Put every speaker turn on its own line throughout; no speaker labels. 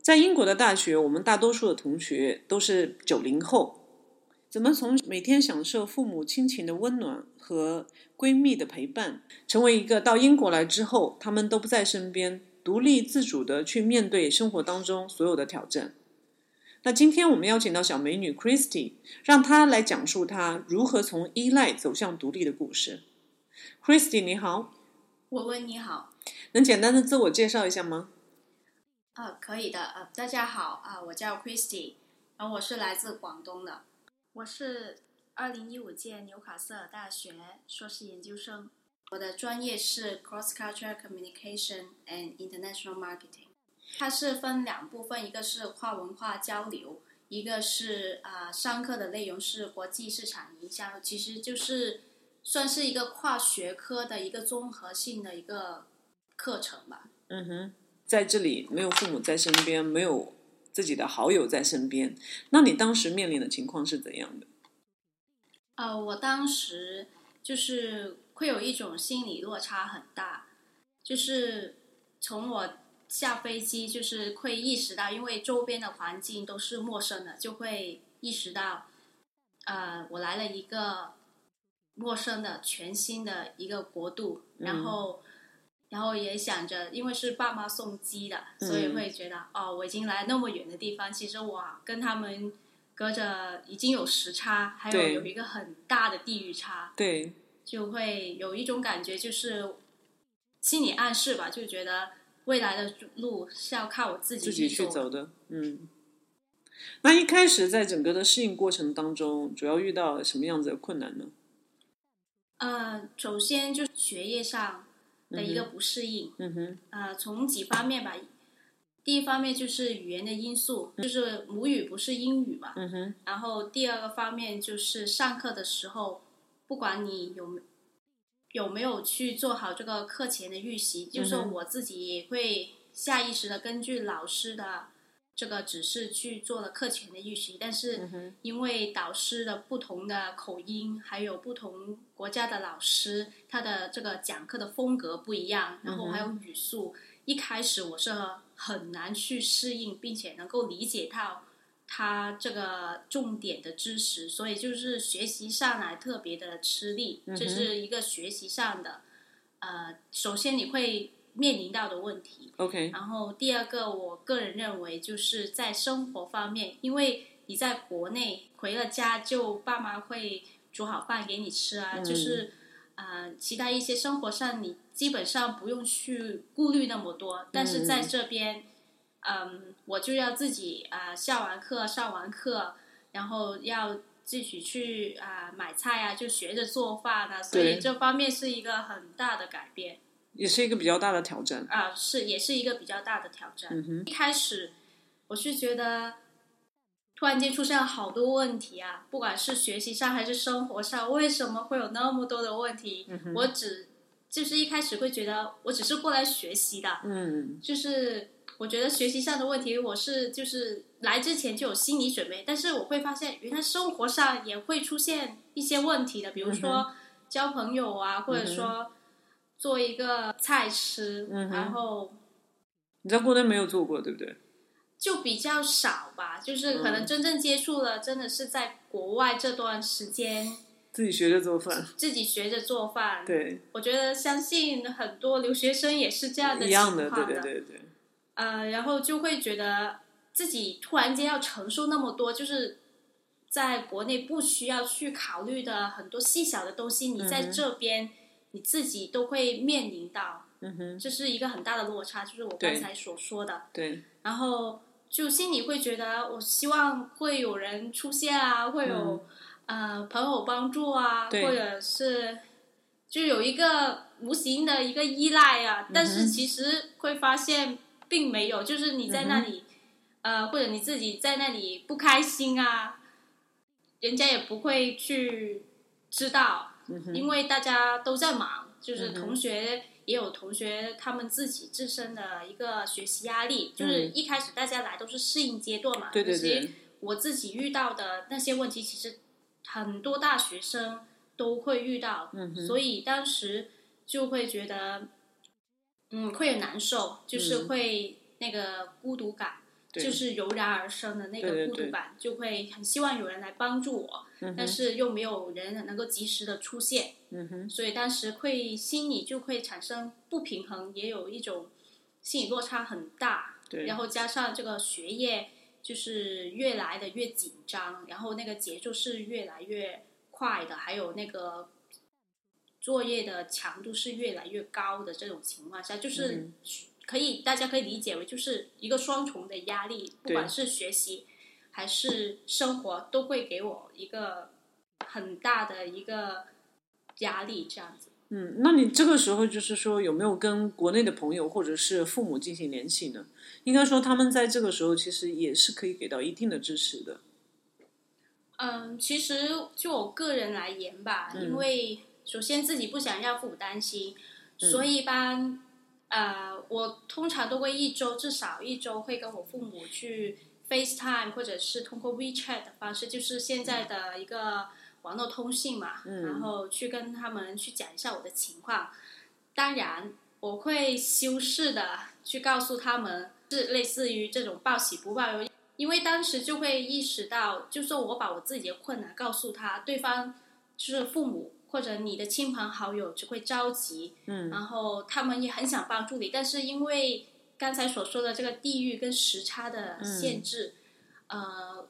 在英国的大学，我们大多数的同学都是九零后。怎么从每天享受父母亲情的温暖和闺蜜的陪伴，成为一个到英国来之后，他们都不在身边，独立自主的去面对生活当中所有的挑战？那今天我们邀请到小美女 Christy，让她来讲述她如何从依赖走向独立的故事。Christy，你好，
文文你好。
能简单的自我介绍一下吗？
啊，可以的。呃，大家好啊、我叫 Christy，然后我是来自广东的，我是二零一五届纽卡斯尔大学硕士研究生，我的专业是 Cross Cultural Communication and International Marketing，它是分两部分，一个是跨文化交流，一个是啊、上课的内容是国际市场营销，其实就是算是一个跨学科的一个综合性的一个课程吧。
嗯哼，在这里没有父母在身边，没有自己的好友在身边，那你当时面临的情况是怎样的？
呃，我当时就是会有一种心理落差很大，就是从我下飞机，就是会意识到，因为周边的环境都是陌生的，就会意识到，呃，我来了一个陌生的、全新的一个国度，然后，然后也想着，因为是爸妈送机的，所以
嗯
会觉得，哦，我已经来那么远的地方，其实我跟他们隔着已经有时差，还有
对
有一个很大的地域差，
对，
就会有一种感觉，就是心理暗示吧，就觉得未来的路是要靠我自己
自己去
的
走的，嗯。那一开始在整个的适应过程当中，主要遇到什么样子的困难呢？
呃，首先就是学业上的一个不适应，
嗯哼，
呃，从几方面吧。第一方面就是语言的因素，就是母语不是英语嘛。
嗯哼，
然后第二个方面就是上课的时候，不管你有没有没有去做好这个课前的预习，就是
嗯哼
我自己也会下意识的根据老师的这个指示去做了课前的预习，但
嗯
是
哼
因为导师的不同的口音，还有不同国家的老师，他的这个讲课的风格不一样，然
嗯
后还有语速，一开始我是很难去适应，并且能够理解到他这个重点的知识，所以就是学习上来特别的吃力，
嗯
这是一个学习上的，呃，首先你会面临到的问题。
，OK，
然后第二个，我个人认为就是在生活方面，因为你在国内回了家就爸妈会煮好饭给你吃啊，
嗯
就是呃，其他一些生活上你基本上不用去顾虑那么多，但是在这边，嗯，我就要自己啊、呃下完课上完课，然后要自己去啊、呃买菜啊，就学着做饭啊，所
对
以这方面是一个很大的改变。
也是一个比较大的挑战。
啊，是也是一个比较大的挑战。
嗯哼，
一开始我是觉得，突然间出现了好多问题啊，不管是学习上还是生活上，为什么会有那么多的问题？
嗯
我只就是一开始会觉得，我只是过来学习的，
嗯
就是我觉得学习上的问题，我是就是来之前就有心理准备，但是我会发现，原来生活上也会出现一些问题的，比如
嗯
说交朋友啊，或者说做一个菜吃，
嗯哼
然后
你在国内没有做过，对不对？
就比较少吧，就是可
嗯
能真正接触了，真的是在国外这段时间
自己学着做饭，
自己学着做饭。
对，
我觉得相信很多留学生也是这样的
一
情
样
况
的，对对对对。
呃，然后就会觉得自己突然间要承受那么多，就是在国内不需要去考虑的很多细小的东西，你
嗯
在这边你自己都会面临到，
嗯哼，
这是一个很大的落差，就是我
对
刚才所说的。
对，
然后就心里会觉得，我希望会有人出现啊，会有、呃朋友帮助啊，
对
或者是就有一个无形的一个依赖啊。但是其实会发现并没有，就是你在那里、呃，或者你自己在那里不开心啊，人家也不会去知道，
嗯
因为大家都在忙，就是同学、也有同学他们自己自身的一个学习压力，就是一开始大家来都是适应阶段嘛，
嗯对对
可是
对
我自己遇到的那些问题，其实很多大学生都会遇到，
嗯
所以当时就会觉得，嗯，会很难受，就是
嗯
会那个孤独感，
对
就是油然而生的那
对对
个孤
对
独感，就会很希望有人来帮助我，但是又没有人能够及时的出现，
嗯哼，
所以当时会心里就会产生不平衡，也有一种心理落差很大。
对
然后加上这个学业就是越来的越紧张，然后那个节奏是越来越快的，还有那个作业的强度是越来越高的这种情况下，就是
嗯
可以、大家可以理解为就是一个双重的压力，不
对
管是学习还是生活，都会给我一个很大的一个压力，这样子。
嗯，那你这个时候就是说有没有跟国内的朋友或者是父母进行联系呢？应该说他们在这个时候其实也是可以给到一定的支持的。
嗯，其实就我个人来言吧，因为首先自己不想让父母担心，所以吧，呃，我通常都会一周至少一周会跟我父母去 FaceTime，或者是通过 WeChat 的方式，就是现在的一个网络通信嘛，然后去跟他们去讲一下我的情况。当然，我会修饰的去告诉他们，是类似于这种报喜不报忧，因为当时就会意识到，就说我把我自己的困难告诉他，对方就是父母或者你的亲朋好友只会着急，嗯，然后他们也很想帮助你，但是因为刚才所说的这个地域跟时差的限制，呃，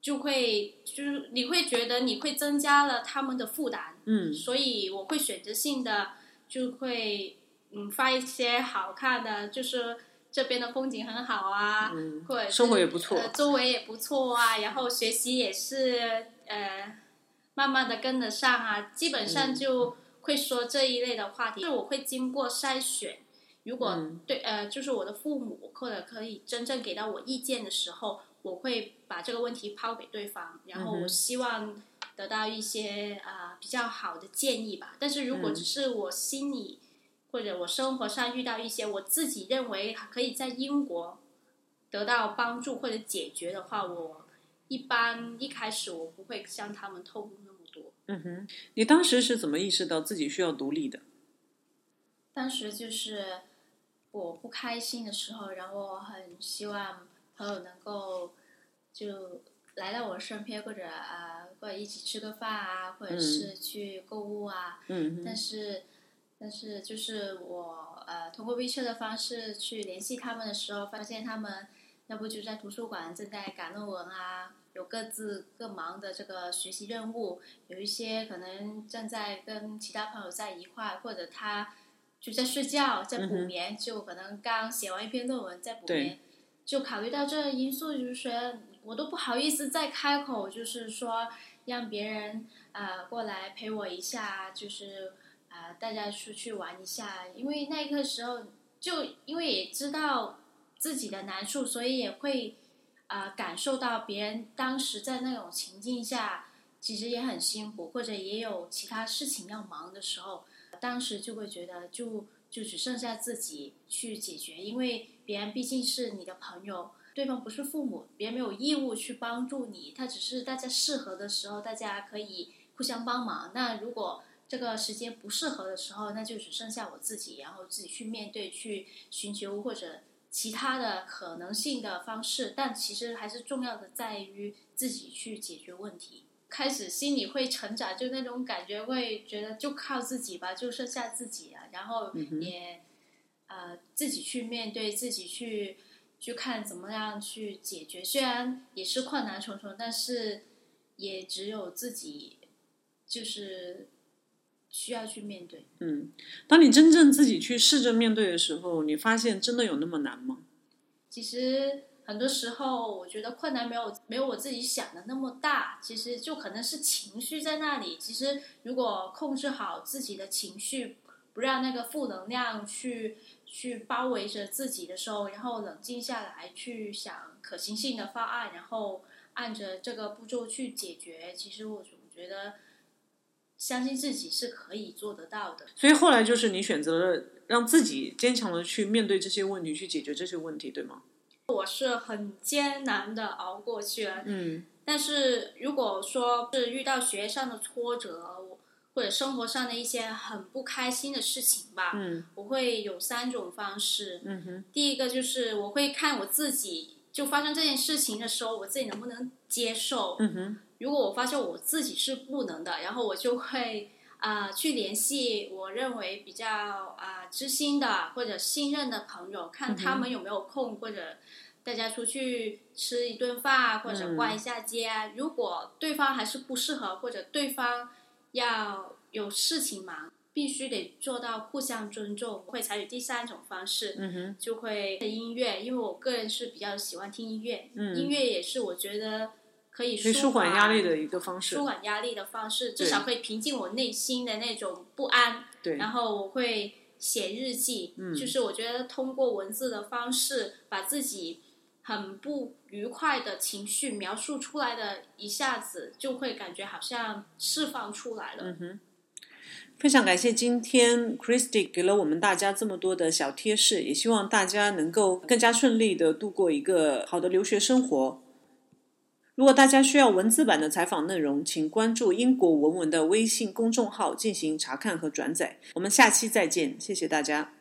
就会就是你会觉得你会增加了他们的负担，
嗯
所以我会选择性的就会嗯发一些好看的，就是这边的风景很好啊，或者是
嗯生活也不错
呃，周围也不错啊，然后学习也是呃慢慢的跟得上啊，基本
嗯
上就会说这一类的话题，就是我会经过筛选。如果
嗯
对呃，就是我的父母或者可以真正给到我意见的时候，我会把这个问题抛给对方，然后
嗯
我希望得到一些啊、呃比较好的建议吧。但是如果只是我心里、或者我生活上遇到一些我自己认为可以在英国得到帮助或者解决的话，我一般一开始我不会向他们透露那么多。
嗯哼，你当时是怎么意识到自己需要独立的？
当时就是我不开心的时候，然后我很希望朋友能够就来到我身边，或者啊、或者一起吃个饭啊，或者是去购物啊。
嗯哼
但是，但是就是我呃，通过微信的方式去联系他们的时候，发现他们要不就在图书馆正在赶论文啊，有各自各忙的这个学习任务，有一些可能正在跟其他朋友在一块，或者他就在睡觉，在补眠，就可能刚写完一篇论文在补
对
眠。就考虑到这个因素，就是说我都不好意思再开口，就是说让别人呃过来陪我一下，就是呃大家出去玩一下，因为那个时候就因为也知道自己的难处，所以也会呃感受到别人当时在那种情境下其实也很辛苦，或者也有其他事情要忙的时候，当时就会觉得就就只剩下自己去解决，因为别人毕竟是你的朋友，对方不是父母，别人没有义务去帮助你，他只是大家适合的时候，大家可以互相帮忙。那如果这个时间不适合的时候，那就只剩下我自己，然后自己去面对，去寻求或者其他的可能性的方式。但其实还是重要的在于自己去解决问题。开始心里会成长，就那种感觉会觉得就靠自己吧，就剩下自己啊，然后也、呃自己去面对，自己去去看怎么样去解决。虽然也是困难重重，但是也只有自己就是需要去面对。
嗯，当你真正自己去试着面对的时候，你发现真的有那么难吗？
其实很多时候，我觉得困难没有没有我自己想的那么大，其实就可能是情绪在那里。其实如果控制好自己的情绪，不让那个负能量去去包围着自己的时候，然后冷静下来去想可行性的方案，然后按着这个步骤去解决。其实我我觉得，相信自己是可以做得到的。
所以后来就是你选择了让自己坚强的去面对这些问题，去解决这些问题，对吗？
我是很艰难的熬过去了，
嗯
但是如果说是遇到学业上的挫折，我或者生活上的一些很不开心的事情吧，
嗯
我会有三种方式。
嗯哼，
第一个就是我会看我自己，就发生这件事情的时候，我自己能不能接受。
嗯哼，
如果我发现我自己是不能的，然后我就会啊、去联系我认为比较啊、知心的或者信任的朋友，看他们有没有空，或者大家出去吃一顿饭或者逛一下街啊。如果对方还是不适合，或者对方要有事情忙，必须得做到互相尊重，会采取第三种方式，
嗯哼，
就会音乐，因为我个人是比较喜欢听音乐，
嗯
音乐也是我觉得可以
可以舒缓压力的一个方式
舒。缓压力的方式，
对
至少可以平静我内心的那种不安。
对，
然后我会写日记，
嗯
就是我觉得通过文字的方式，把自己很不愉快的情绪描述出来的，一下子就会感觉好像释放出来了。
嗯哼，非常感谢今天 Christy 给了我们大家这么多的小贴士，也希望大家能够更加顺利的度过一个好的留学生活。如果大家需要文字版的采访内容，请关注英国文文的微信公众号进行查看和转载。我们下期再见，谢谢大家。